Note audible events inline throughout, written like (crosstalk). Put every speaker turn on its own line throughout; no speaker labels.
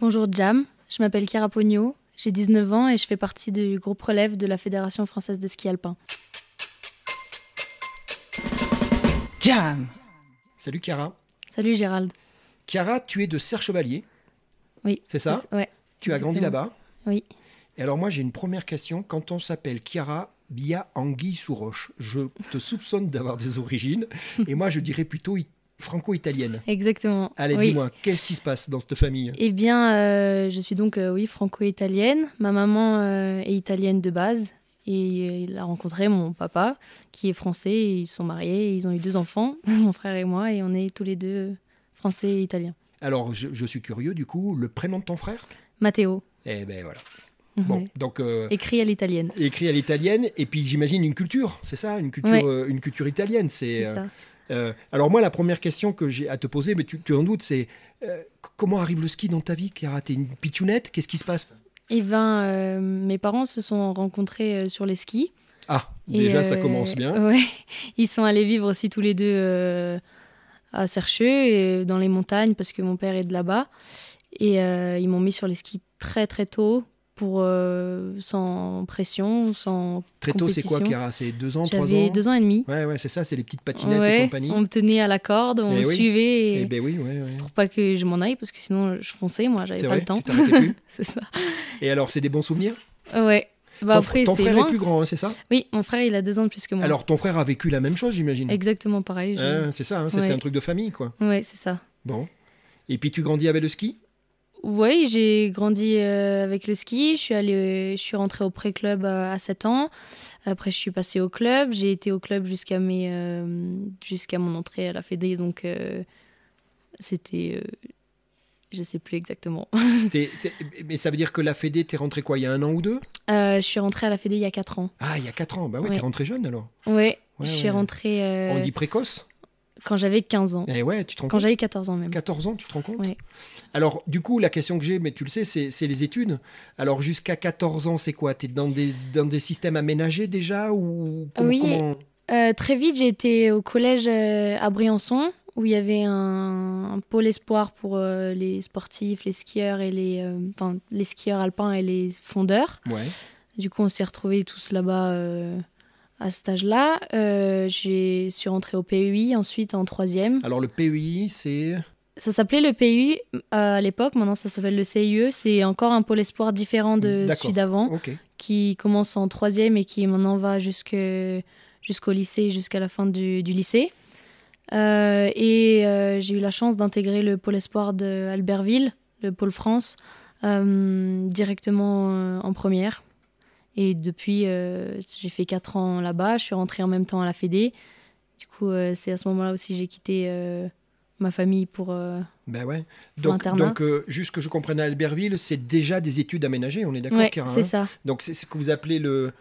Bonjour Jam, je m'appelle Chiara Pogno, j'ai 19 ans et je fais partie du groupe relève de la Fédération française de ski alpin.
Jam Salut Chiara.
Salut Gérald.
Chiara, tu es de Serre Chevalier.
Oui.
C'est ça
Ouais.
Tu as grandi
exactement.
là-bas.
Oui.
Et alors moi j'ai une première question. Quand on s'appelle Chiara Bia Anguille sous roche, je te soupçonne d'avoir des origines et moi je dirais plutôt i- franco-italienne.
Exactement.
Allez,
oui.
dis-moi, qu'est-ce qui se passe dans cette famille
Eh bien, euh, je suis donc, euh, oui, franco-italienne. Ma maman euh, est italienne de base et euh, il a rencontré mon papa qui est français. et ils sont mariés, et ils ont eu deux enfants, (laughs) mon frère et moi, et on est tous les deux euh, français et italiens.
Alors, je, je suis curieux du coup, le prénom de ton frère
Matteo.
Eh ben voilà. Bon,
Ouais.
donc euh,
Écrit à l'italienne.
écrit à l'italienne et puis j'imagine une culture, c'est ça, une culture,
Ouais.
euh, une culture italienne. C'est
C'est
euh,
ça.
euh, alors moi la première question que j'ai à te poser, mais tu, tu en doutes, c'est euh, c- comment arrive le ski dans ta vie Chiara T'es une pitchounette Qu'est-ce qui se passe
Eh ben, euh, mes parents se sont rencontrés euh, sur les skis.
Ah,
Et,
déjà ça
euh,
commence bien.
ouais. (laughs) Ils sont allés vivre aussi tous les deux euh, à Sercheux, et dans les montagnes, parce que mon père est de là-bas. Et euh, ils m'ont mis sur les skis très très tôt, pour, euh, sans pression, sans.
Très tôt, c'est quoi,
compétition.
Chiara C'est deux ans, trois
J'avais
ans
deux ans et demi.
Ouais, ouais, c'est ça, c'est les petites patinettes et
Ouais,
compagnie.
on me tenait à la corde, on
Eh
me
oui.
suivait, et
Eh ben oui, ouais, ouais.
pour pas que je m'en aille, parce que sinon je fonçais, moi, j'avais
C'est
pas
vrai,
le temps.
tu t'arrêtais plus.
(laughs) c'est ça.
Et alors, c'est des bons souvenirs
Ouais. Bah,
Ton, fr-
après,
ton
c'est
frère
loin.
est plus grand, hein, c'est ça
Oui, mon frère, il a deux ans de plus que moi.
Alors, ton frère a vécu la même chose, j'imagine.
Exactement pareil. je-
Hein, c'est ça, hein, c'était
Ouais.
un truc de famille, quoi.
Ouais, c'est ça.
Bon. Et puis, tu grandis avec
(laughs)
le ski
Oui, j'ai grandi euh, avec le ski. Je suis, allée, je suis rentrée au pré-club euh, à, à 7 ans. Après, je suis passée au club. J'ai été au club jusqu'à mes, euh, jusqu'à mon entrée à la Fédé. Donc, euh, c'était. euh, je sais plus exactement. (laughs)
T'es- c'est- Mais ça veut dire que la Fédé, t'es rentré quoi, il y a un an ou deux
Euh, je suis rentrée à la Fédé il y a 4 ans.
Ah, il y a quatre ans. Bah ouais,
Ouais.
t'es rentré jeune alors.
Ouais,
Ouais,
je suis
ouais.
rentrée euh,
On dit précoce
quand j'avais 15 ans.
Eh ouais, tu te rends
Quand
compte
j'avais 14 ans même.
14 ans, tu te rends compte
Ouais.
Alors, du coup, la question que j'ai, mais tu le sais, c'est c'est les études. Alors, jusqu'à 14 ans, c'est quoi Tu es dans des, dans des systèmes aménagés déjà ou com-
Oui.
comment-
Euh, très vite, j'ai été au collège euh, à Briançon, où il y avait un, un pôle espoir pour euh, les sportifs, les skieurs et les, euh, enfin, les skieurs alpins et les fondeurs.
Ouais.
Du coup, on s'est retrouvés tous là-bas euh, à cet âge-là. Euh, j'ai- je suis rentrée au PUI ensuite en troisième.
Alors, le PEI, c'est.
Ça s'appelait le PUI euh, à l'époque, maintenant ça s'appelle le CIE. C'est encore un pôle espoir différent de
D'accord.
celui d'avant
Ok.
qui commence en troisième et qui maintenant va jusque- jusqu'au lycée, jusqu'à la fin du, du lycée. Euh, et euh, j'ai eu la chance d'intégrer le pôle espoir de Albertville, le pôle France, euh, directement euh, en première. Et depuis, euh, j'ai fait 4 ans là-bas, je suis rentrée en même temps à la Fédé. Du coup, euh, c'est à ce moment-là aussi que j'ai quitté euh, ma famille pour... euh,
Ben ouais.
Pour
Donc,
internat.
donc euh, juste que je comprenne à Albertville, c'est déjà des études aménagées, on est d'accord,
Ouais,
Chiara,
c'est
hein
ça.
Donc, c'est ce que vous appelez le.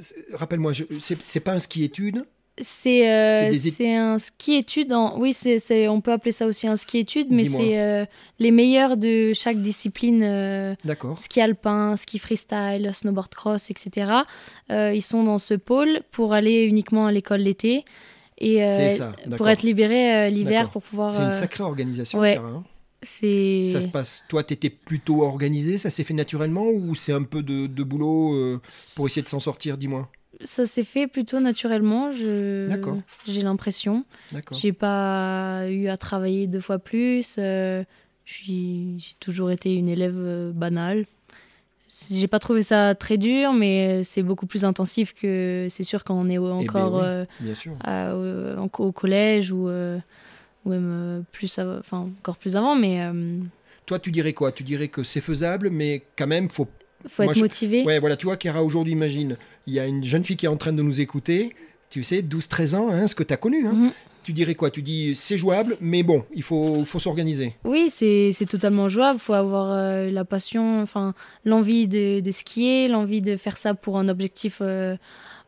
c'est- Rappelle-moi, je... c'est c'est pas un ski-étude
C'est euh,
C'est des é-
c'est un ski étude. En... Oui, c'est c'est- on peut appeler ça aussi un ski étude, mais
Dis-moi.
c'est euh, les meilleurs de chaque discipline euh,
D'accord.
ski alpin, ski freestyle, snowboard cross, etc. Euh, ils sont dans ce pôle pour aller uniquement à l'école l'été et euh,
C'est ça.
pour
d'accord.
être libérés euh, l'hiver
D'accord.
pour pouvoir.
C'est une
euh,
sacrée organisation,
ouais.
Chiara, hein
C'est
Ça se passe. Toi, t'étais plutôt organisé, ça s'est fait naturellement ou c'est un peu de, de boulot euh, pour essayer de s'en sortir, dis-moi.
ça s'est fait plutôt naturellement. Je
D'accord.
j'ai l'impression.
D'accord.
J'ai pas eu à travailler deux fois plus. euh, je suis- j'ai toujours été une élève euh, banale. J'ai pas trouvé ça très dur, mais euh, c'est beaucoup plus intensif que c'est sûr quand on est au-
Eh ben
encore
oui.
euh,
Bien sûr.
à- au, en- au collège ou, euh, ou même euh, plus, av- enfin encore plus avant. Mais euh,
Toi, tu dirais quoi Tu dirais que c'est faisable, mais quand même, faut.
faut
Moi,
être
je-
motivé.
Ouais, voilà, tu vois, Kera, aujourd'hui, imagine, il y a une jeune fille qui est en train de nous écouter. Tu sais, 12-13 ans, hein, ce que tu as connu. hein.
Mhm.
Tu dirais quoi Tu dis c'est jouable, mais bon, il faut, faut s'organiser.
Oui, c'est c'est totalement jouable. faut avoir euh, la passion, enfin l'envie de, de skier, l'envie de faire ça pour un objectif euh,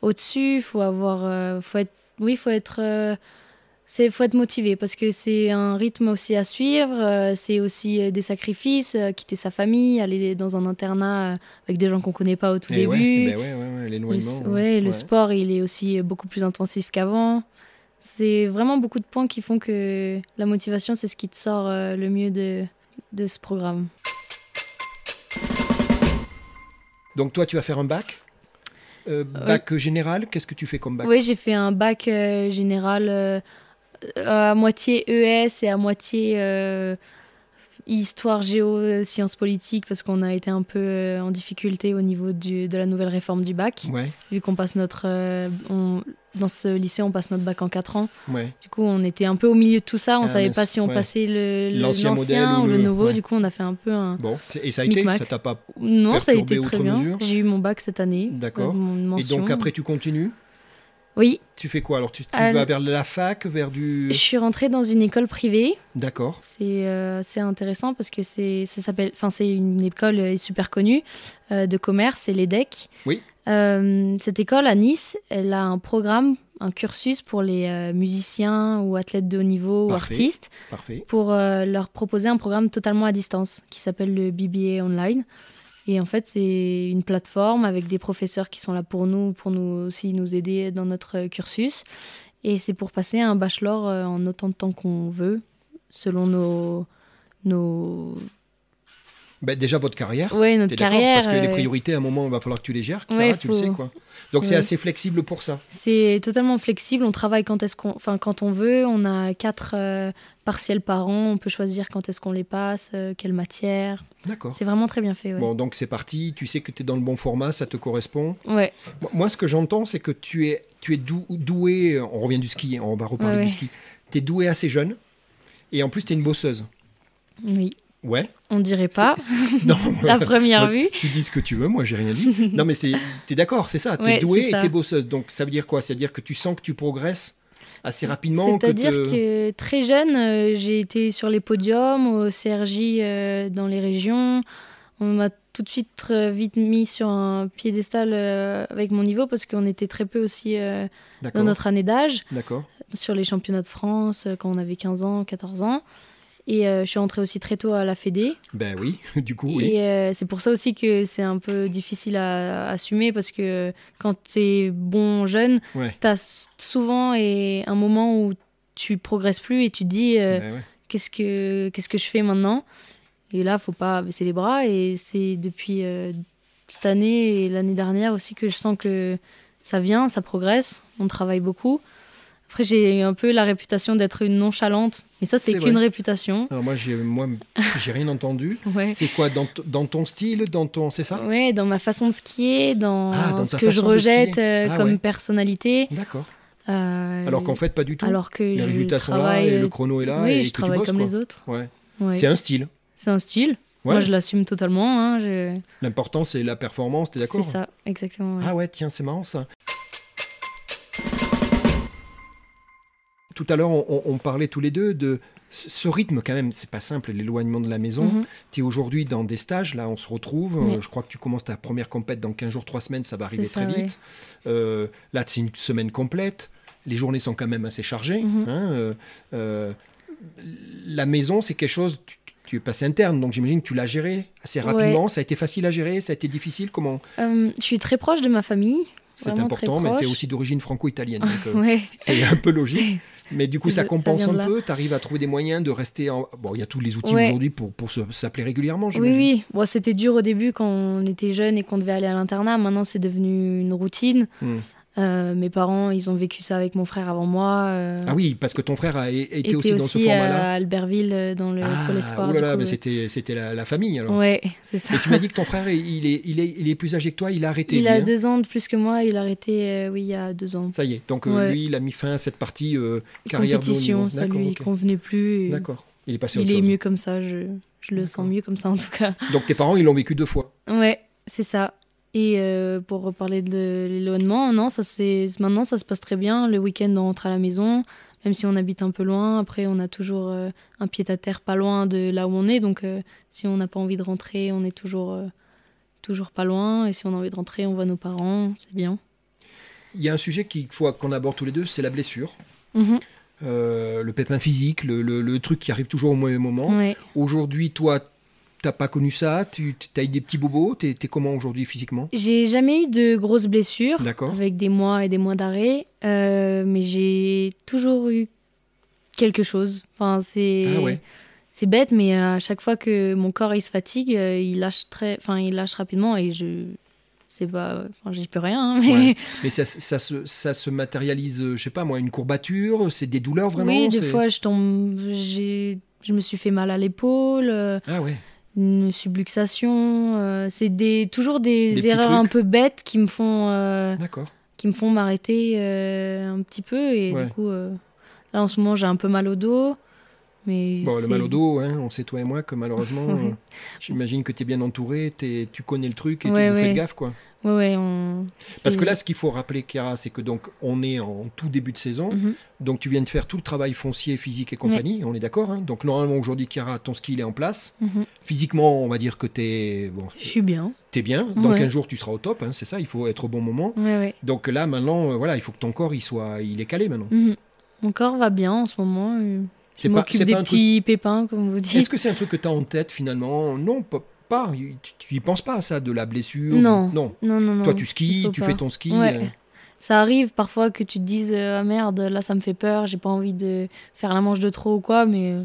au-dessus. faut avoir, euh, faut être, oui, faut être, euh, c'est faut être motivé parce que c'est un rythme aussi à suivre. euh, c'est aussi euh, des sacrifices, euh, quitter sa famille, aller dans un internat euh, avec des gens qu'on connaît pas au tout
Eh
début.
ouais, ben ouais, ouais, ouais,
Le
l'éloignement.
s-
ouais,
ouais, le
ouais.
sport, il est aussi euh, beaucoup plus intensif qu'avant. C'est vraiment beaucoup de points qui font que la motivation, c'est ce qui te sort euh, le mieux de, de ce programme.
Donc toi, tu vas faire un bac Euh, Bac général Qu'est-ce que tu fais comme bac
Oui, j'ai fait un bac euh, général euh, à moitié ES et à moitié euh, histoire, géo, sciences politiques, parce qu'on a été un peu euh, en difficulté au niveau du- de la nouvelle réforme du bac.
Ouais,
Vu qu'on passe notre. euh, on- dans ce lycée, on passe notre bac en 4 ans.
ouais.
Du coup, on était un peu au milieu de tout ça. On
Ah,
savait
mince,
pas si on
ouais.
passait le- le-
L'ancien
l'ancien
modèle
ou le, nouveau.
ouais.
Du coup, on a fait un peu un.
Bon, et ça a été
Micmac.
Ça t'a pas.
Non, ça a
Perturbé
été
outre
très bien.
mesure.
J'ai eu mon bac cette année.
D'accord.
euh, mon
Et
mention.
donc après, tu continues
Oui,
Tu fais quoi Alors, tu, tu
Euh,
vas vers la fac, vers du.
je suis rentrée dans une école privée.
D'accord.
C'est euh, assez intéressant parce que c'est ça s'appelle enfin c'est une école euh, super connue euh, de commerce, c'est l'EDEC.
Oui.
Euh, cette école à Nice, elle a un programme, un cursus pour les euh, musiciens ou athlètes de haut niveau ou
Parfait.
artistes
Parfait.
pour euh, leur proposer un programme totalement à distance qui s'appelle le BBA online. Et en fait, c'est une plateforme avec des professeurs qui sont là pour nous, pour nous aussi nous aider dans notre euh, cursus. Et c'est pour passer un bachelor euh, en autant de temps qu'on veut, selon nos, nos...
Ben, déjà, votre carrière.
Ouais,
T'es
notre
d'accord
carrière.
Parce que les
euh,
priorités, à un moment, il va falloir que tu les gères, Clara,
Ouais,
tu le
faut-
sais, quoi. Donc, c'est
Oui.
assez flexible pour ça.
C'est totalement flexible, on travaille quand est-ce qu'on, enfin quand on veut, on a quatre euh, partiels par an, on peut choisir quand est-ce qu'on les passe, euh, quelle matière.
D'accord.
C'est vraiment très bien fait. Ouais.
Bon, donc c'est parti, tu sais que tu es dans le bon format, ça te correspond.
Ouais.
Moi- Moi, ce que j'entends, c'est que tu es, tu es dou- doué, on revient du ski, hein, on va reparler
Ouais,
du
ouais.
ski. Tu es doué assez jeune, et en plus, tu es une bosseuse.
Oui,
Ouais.
(laughs) on dirait pas
C'est- Non,
(laughs)
(laughs)
la première
moi,
vue.
tu dis ce que tu veux, moi, j'ai rien
(laughs)
dit. Non, mais tu es d'accord, c'est ça, tu es
Ouais,
doué
c'est
et
ça.
tu es bosseuse. Donc, ça veut dire quoi C'est-à-dire que tu sens que tu progresses assez rapidement. que
C'est-à-dire
te-
que très jeune, euh, j'ai été sur les podiums, au CRJ euh, dans les régions. On m'a tout de suite euh, vite mis sur un piédestal euh, avec mon niveau parce qu'on était très peu aussi euh, dans
D'accord.
notre année d'âge,
D'accord.
sur les championnats de France euh, quand on avait 15 ans, 14 ans. Et euh, je suis rentrée aussi très tôt à la Fédé.
Ben oui, (laughs) du coup, oui.
Et euh, c'est pour ça aussi que c'est un peu difficile à, à assumer parce que euh, quand t'es bon jeune,
Ouais.
t'as s- souvent et un moment où tu progresses plus et tu te dis euh,
Ben ouais.
qu'est-ce que qu'est-ce que je fais maintenant Et là, faut pas baisser les bras et c'est depuis euh, cette année et l'année dernière aussi que je sens que ça vient, ça progresse, on travaille beaucoup. Après, j'ai un peu la réputation d'être une nonchalante, mais ça, c'est
C'est
qu'une
vrai. (laughs)
réputation.
Alors, moi, j'ai moi, j'ai rien entendu.
(laughs) Ouais.
C'est quoi dans, t- dans ton style, dans ton, c'est ça
Ouais, dans ma façon de skier, dans,
Ah, dans
ce
ta
que je
façon de skier.
rejette euh,
Ah
comme
ouais.
personnalité.
D'accord.
euh,
Alors qu'en fait, pas du tout.
alors que
les
je
résultats sont là
travaille,
et le
euh,
chrono est là
oui,
et
je
que tu
travaille
bosses.
comme
quoi.
les autres.
Ouais.
Ouais.
C'est un style.
C'est un style.
Ouais.
Moi, je l'assume totalement. hein, je-
L'important, c'est la performance, t'es
C'est
d'accord
ça, exactement. ouais.
Ah ouais, tiens, c'est marrant ça. Tout à l'heure, on, on- on parlait tous les deux de ce ce rythme quand même. C'est pas simple, l'éloignement de la maison.
Mhm.
Tu es aujourd'hui dans des stages, là on se retrouve.
Oui.
Euh, je crois que tu commences ta première compète dans 15 jours, 3 semaines, ça va
C'est
arriver
ça,
très
oui.
vite. Euh, là, c'est une semaine complète. Les journées sont quand même assez chargées.
Mhm.
hein, euh, euh, la maison, c'est quelque chose. Tu, tu es passé interne, donc j'imagine que tu l'as géré assez
Ouais.
rapidement. Ça a été facile à gérer, ça a été difficile. Comment
Euh, je suis très proche de ma famille.
C'est
Vraiment très
important, mais tu es
proche.
aussi d'origine franco-italienne. donc, euh,
Ouais.
c'est un peu logique.
(laughs)
Mais du coup,
C'est
ça
de- ça
compense
vient de
un
là.
peu. Tu arrives à trouver des moyens de rester en. Bon, il y a tous les outils
Ouais.
aujourd'hui pour, pour se- s'appeler régulièrement,
Oui,
j'imagine.
oui. Bon, c'était dur au début quand on était jeune et qu'on devait aller à l'internat. Maintenant, c'est devenu une routine.
Hmm.
Euh, mes parents, ils ont vécu ça avec mon frère avant moi. euh,
Ah oui, parce que ton frère a, é- était
était
aussi,
aussi,
dans ce
à
format-là.
Albertville euh, dans le Pôle Espoir.
oh là
du
là,
coup,
mais
ouais.
c'était c'était la, la famille alors.
Ouais, c'est ça.
Et tu m'as dit que ton frère, il est, il est, il est plus âgé que toi, il a arrêté.
Il
lui,
a
hein.
deux ans de plus que moi, il a arrêté, euh, oui, il y a deux ans.
Ça y est, donc euh,
Ouais.
lui, il a mis fin à cette partie euh, carrière de haut
Compétition,
niveau.
ça
D'accord,
lui
ok.
convenait plus. et
D'accord. Il est passé à
il
autre
est
chose.
mieux comme ça, je, je le
D'accord.
sens mieux comme ça en tout cas.
Donc tes parents, ils l'ont vécu deux fois.
Ouais, c'est ça. Et euh, pour reparler de l'éloignement, non, ça c'est maintenant ça se passe très bien. Le week-end, on rentre à la maison, même si on habite un peu loin. Après, on a toujours euh, un pied à terre pas loin de là où on est. Donc, euh, si on n'a pas envie de rentrer, on est toujours euh, toujours pas loin. Et si on a envie de rentrer, on voit nos parents. C'est bien.
Il y a un sujet qu'il faut qu'on aborde tous les deux, c'est la blessure.
Mhm.
Euh, le pépin physique, le, le- le truc qui arrive toujours au mauvais moment.
Ouais.
Aujourd'hui, toi, t'as pas connu ça, tu as eu des petits bobos, t'es es comment aujourd'hui physiquement
J'ai jamais eu de grosses blessures.
D'accord
avec des mois et des mois d'arrêt, euh, mais j'ai toujours eu quelque chose. Enfin, c'est
Ah ouais.
c'est bête, euh, mais à chaque fois que mon corps il se fatigue, euh, il lâche très, enfin il lâche rapidement et je c'est pas. Enfin, j'y peux rien. hein, mais (laughs)
Ouais. Mais ça, ça se, ça se matérialise, euh, je sais pas moi, une courbature, c'est
(laughs)
des douleurs vraiment
oui, des
c'est-
fois, je tombe. j'ai- Je me suis fait mal à l'épaule, euh,
Ah ouais.
une subluxation. euh, c'est des, toujours des,
Des petits
erreurs
trucs.
un peu bêtes qui me font, euh,
D'accord.
qui me font m'arrêter euh, un petit peu. Et
Ouais.
du coup, euh, là, en ce moment, j'ai un peu mal au dos. Mais
Bon,
c'est-
le mal au dos, hein, on sait toi et moi que malheureusement,
(laughs) Ouais.
euh, j'imagine que tu es bien entouré, t'es- tu connais le truc et
Ouais,
tu nous fais
ouais.
gaffe quoi.
Ouais, ouais, on-
Parce que
c'est-
là, ce qu'il faut rappeler, Chiara, c'est que donc on est en tout début de saison,
Mhm.
donc tu viens de faire tout le travail foncier, physique et compagnie, on est d'accord. hein. donc normalement aujourd'hui, Chiara, ton ski il est en place.
Mhm.
Physiquement, on va dire que t'es bon,
Je suis bien.
t'es bien. Dans
Ouais.
15 jours, tu seras au top. hein, c'est ça, il faut être au bon moment.
Ouais, ouais.
Donc là, maintenant, euh, voilà, il faut que ton corps il soit, il est calé maintenant.
Mhm. Mon corps va bien en ce moment. euh, Je m'occupe des
un truc-
petits pépins, comme vous dites.
Est-ce que c'est un truc que tu as en tête finalement Non, pas. pas. Tu- Tu y penses pas à ça, de la blessure
Non.
du- Non.
Non, non, non.
Toi, tu
il
skis,
faut
tu
pas.
fais ton ski.
Ouais.
euh,
Ça arrive parfois que tu te dises euh, Ah merde, là ça me fait peur, j'ai pas envie de faire la manche de trop ou quoi, mais euh,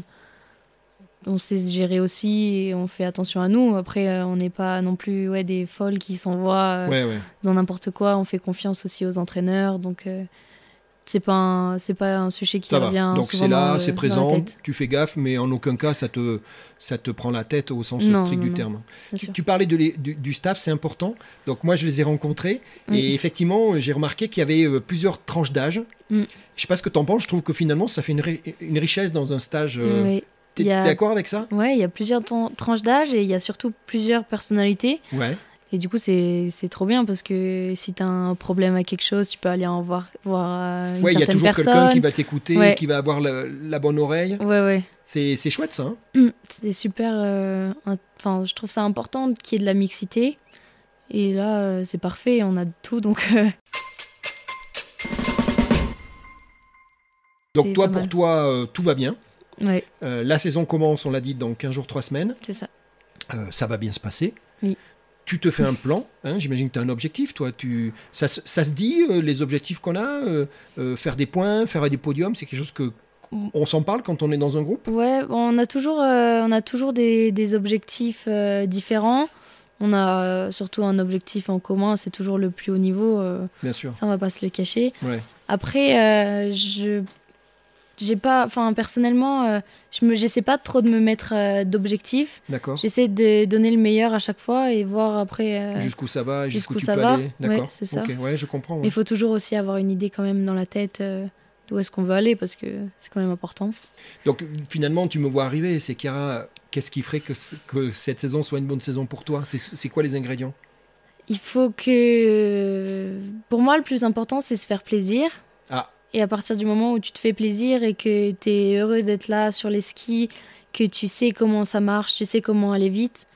on sait se gérer aussi et on fait attention à nous. Après, euh, on n'est pas non plus ouais, des folles qui s'envoient euh,
ouais, ouais.
dans n'importe quoi, on fait confiance aussi aux entraîneurs, donc euh, c'est pas, un- c'est pas un sujet qui
Ça va.
revient
Donc
souvent
c'est
dans
là,
le-
c'est
dans la
présent,
tête,
tu fais gaffe, mais en aucun cas ça te, ça te prend la tête au sens
Non,
strict
non,
du
non.
terme.
bien
Tu,
sûr.
tu parlais de les- du, du staff, c'est important. Donc moi je les ai rencontrés
Oui.
et effectivement j'ai remarqué qu'il y avait euh, plusieurs tranches d'âge.
Mm.
Je sais pas ce que t'en penses, je trouve que finalement ça fait une, ri- une richesse dans un stage. euh,
Oui.
T'es
Il y a-
t'es d'accord avec ça
Ouais, il y a plusieurs tran- tranches d'âge et il y a surtout plusieurs personnalités.
Ouais.
Et du coup, c'est c'est trop bien parce que si t'as un problème à quelque chose, tu peux aller en voir, voir euh, une
Ouais, il y a
certaine
toujours quelqu'un
personne.
qui va t'écouter,
Ouais.
qui va avoir le- la bonne oreille.
Ouais, ouais. (clears throat)
C'est c'est chouette ça. hein
C'est super. euh, int- Enfin, je trouve ça important qu'il y ait de la mixité. Et là, euh, c'est parfait, on a de tout. Donc, euh, (laughs)
Donc
C'est
toi
pas
pour
mal.
toi euh, tout va bien.
ouais,
Euh, la saison commence, on l'a dit, dans 15 jours, 3 semaines.
c'est ça.
Euh, ça va bien se passer.
Oui.
Tu te fais un plan, hein, j'imagine que tu as un objectif, toi. Tu... Ça, se- ça se dit, euh, les objectifs qu'on a, euh, euh, faire des points, faire des podiums, c'est quelque chose que on s'en parle quand on est dans un groupe
Ouais, on a toujours, euh, on a toujours des, des objectifs euh, différents. On a euh, surtout un objectif en commun, c'est toujours le plus haut niveau. euh,
Bien sûr.
Ça, on va pas se le cacher.
Ouais.
Après, euh, je. J'ai pas. Enfin, personnellement, euh, je me, j'essaie pas trop de me mettre euh, d'objectifs.
D'accord.
J'essaie de donner le meilleur à chaque fois et voir après. euh,
Jusqu'où ça va, et jusqu'où
jusqu'où
tu
ça
peux
va,
aller. D'accord.
ouais, c'est ça.
Ok, ouais, je comprends.
Mais
ouais.
il faut toujours aussi avoir une idée quand même dans la tête euh, d'où est-ce qu'on veut aller parce que c'est quand même important.
Donc finalement, tu me vois arriver, c'est Chiara, qu'est-ce qui ferait que, c- que cette saison soit une bonne saison pour toi C'est- C'est quoi les ingrédients
Il faut que. Pour moi, le plus important, c'est se faire plaisir.
Ah.
Et à partir du moment où tu te fais plaisir et que tu es heureux d'être là sur les skis, que tu sais comment ça marche, tu sais comment aller vite,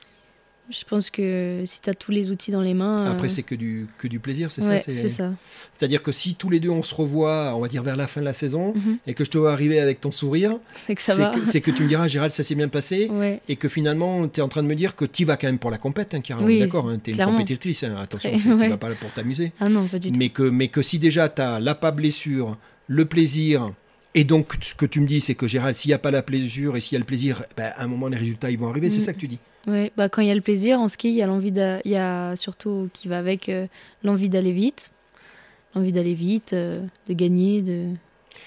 je pense que si tu as tous les outils dans les mains.
Après,
euh,
c'est que du, que du plaisir, c'est
ouais,
ça
c'est ça.
C'est-à-dire que si tous les deux, on se revoit, on va dire vers la fin de la saison, (laughs)
Mhm.
et que je te vois arriver avec ton sourire,
C'est que ça
c'est
va.
que, c'est que tu me diras, Gérald, ça s'est bien passé.
Ouais,
Et que finalement, tu es en train de me dire que tu vas quand même pour la compète, hein, Chiara, on
Oui,
est d'accord, hein, tu es une
clairement.
compétitrice, hein, attention,
Très,
c'est- tu
ouais.
vas pas là pour t'amuser.
ah non, pas du tout.
Mais que, mais que si déjà tu as la pas blessure, le plaisir, et donc ce que tu me dis, c'est que Gérald, s'il n'y a pas la blessure et s'il y a le plaisir, ben, à un moment, les résultats, ils vont arriver, c'est
Mm.
ça que tu dis.
Ouais, bah, quand il y a le plaisir en ski, il y a l'envie d'a- il y a surtout qui va avec euh, l'envie d'aller vite. L'envie d'aller vite, euh, de gagner, de.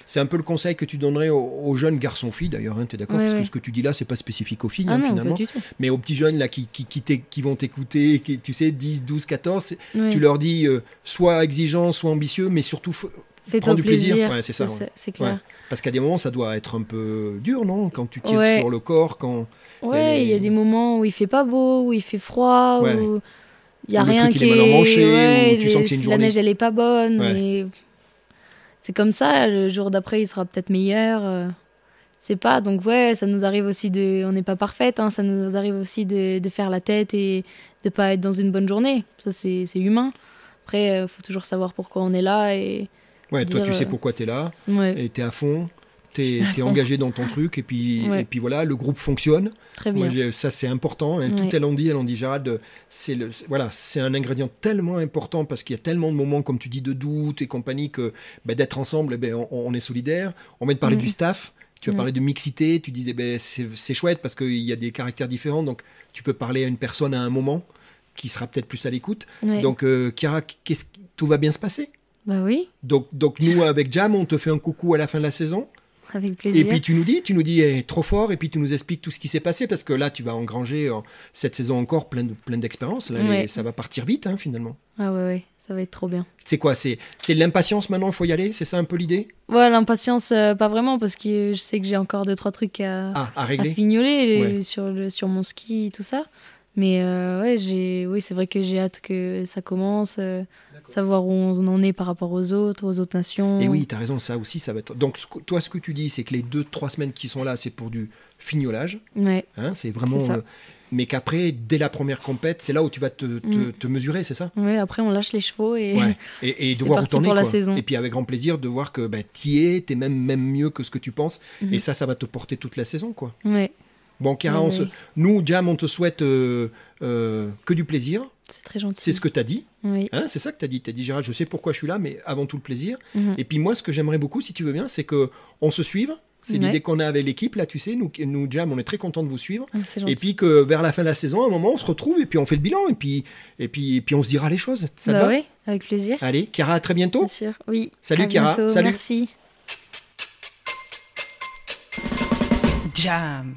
C'est un peu le conseil que tu donnerais aux, aux jeunes garçons-filles, d'ailleurs, hein, tu es d'accord
Ouais,
Parce que
ouais.
ce que tu dis là, c'est pas spécifique aux filles,
Ah
hein,
non, pas
finalement.
du tout.
Mais aux petits jeunes là, qui, qui, qui, t'é- qui vont t'écouter, qui, tu sais, 10, 12, 14, c'est-
Ouais.
tu leur dis, euh, soit exigeant, soit ambitieux, mais surtout, f- prends
Fais-toi
du plaisir.
plaisir.
Ouais, c'est ça, ouais.
c'est clair.
Parce qu'à des moments, ça doit être un peu dur, non Quand tu tires
Ouais.
sur le corps, quand
Ouais,
Elle
il y
est-
a des moments où il fait pas beau, où il fait froid,
Ouais.
où il y a
Où le
rien
truc, il
qui
est mal emmanché,
ouais,
ou tu sens que c'est une
la
journée.
neige elle est pas bonne
Ouais.
mais c'est comme ça, le jour d'après il sera peut-être meilleur. euh, C'est pas donc ouais, ça nous arrive aussi de on n'est pas parfaite hein, ça nous arrive aussi de, de faire la tête et de pas être dans une bonne journée. Ça c'est c'est humain. Après euh, faut toujours savoir pourquoi on est là et
ouais, toi,
Dire,
tu sais
euh,
pourquoi tu es là,
ouais,
et tu es à fond, tu es,
suis à fond.
engagé dans ton truc, et puis,
Ouais.
et puis voilà, le groupe fonctionne.
très
Moi,
bien.
j'ai- ça, c'est important. hein, Tout
Ouais.
elle en dit, elle en dit, Gérald, euh, c'est le- c'est- voilà, c'est un ingrédient tellement important parce qu'il y a tellement de moments, comme tu dis, de doute et compagnie, que ben, d'être ensemble, eh ben, on, on est solidaire. On vient de parler
Mhm.
du staff. Tu as
Ouais.
parlé de mixité, tu disais ben, c'est c'est chouette parce qu'il y a des caractères différents, donc tu peux parler à une personne à un moment, qui sera peut-être plus à l'écoute.
Ouais.
Donc, euh, Chiara, qu'est-ce qui- tout va bien se passer.
Bah oui,
Donc, donc nous,
(laughs)
avec Jam, on te fait un coucou à la fin de la saison.
avec
Et
plaisir.
puis tu nous dis, tu nous dis eh, trop fort, et puis tu nous expliques tout ce qui s'est passé, parce que là, tu vas engranger euh, cette saison encore plein de- plein d'expériences. Là, les-
Ouais.
ça va partir vite, hein, finalement.
Ah ouais, ouais, ça va être trop bien.
C'est quoi C'est c'est de l'impatience maintenant, il faut y aller C'est ça un peu l'idée
Ouais, l'impatience, euh, pas vraiment, parce que je sais que j'ai encore deux, trois trucs à,
Ah, à
à
régler
fignoler
Ouais.
euh, sur, le, sur mon ski et tout ça. Mais euh, ouais, j'ai, oui, c'est vrai que j'ai hâte que ça commence, euh, savoir où on en est par rapport aux autres, aux autres nations.
Et Eh oui, tu as raison, ça aussi, ça va être. Donc, ce que- toi, ce que tu dis, c'est que les deux, trois semaines qui sont là, c'est pour du fignolage.
Ouais,
hein, c'est vraiment.
C'est ça.
euh, mais qu'après, dès la première compète, c'est là où tu vas te, te-
Mm.
te mesurer, c'est ça
ouais, après on lâche les chevaux et
Ouais. Et, et de
C'est
voir où
parti
t'en es,
pour la
quoi.
saison.
Et puis avec grand plaisir de voir que bah, t'y es, t'es même, même mieux que ce que tu penses.
Mhm. Ah
Et ça, ça va te porter toute la saison, quoi.
(laughs) ouais,
Bon, Kara,
Ouais,
on se-
ouais.
nous, Jam, on te souhaite euh, euh, que du plaisir.
c'est très gentil.
C'est ce que t'as dit.
Oui.
Hein, c'est ça que t'as dit. T'as dit, Gérald, je sais pourquoi je suis là, mais avant tout le plaisir.
Mhm.
Et puis moi, ce que j'aimerais beaucoup, si tu veux bien, c'est que on se suive. C'est
Ouais.
l'idée qu'on a avec l'équipe. Là, tu sais, nous, nous, Jam, on est très content de vous suivre.
Ah, C'est gentil.
Et puis que vers la fin de la saison, à un moment, on se retrouve et puis on fait le bilan. Et puis, et puis, et puis on se dira les choses. Ça te
bah
va
ouais, avec plaisir.
Allez, Kara, à très bientôt.
Bien sûr, oui.
Salut,
À
Chiara.
bientôt.
Salut.
Merci.
Jam.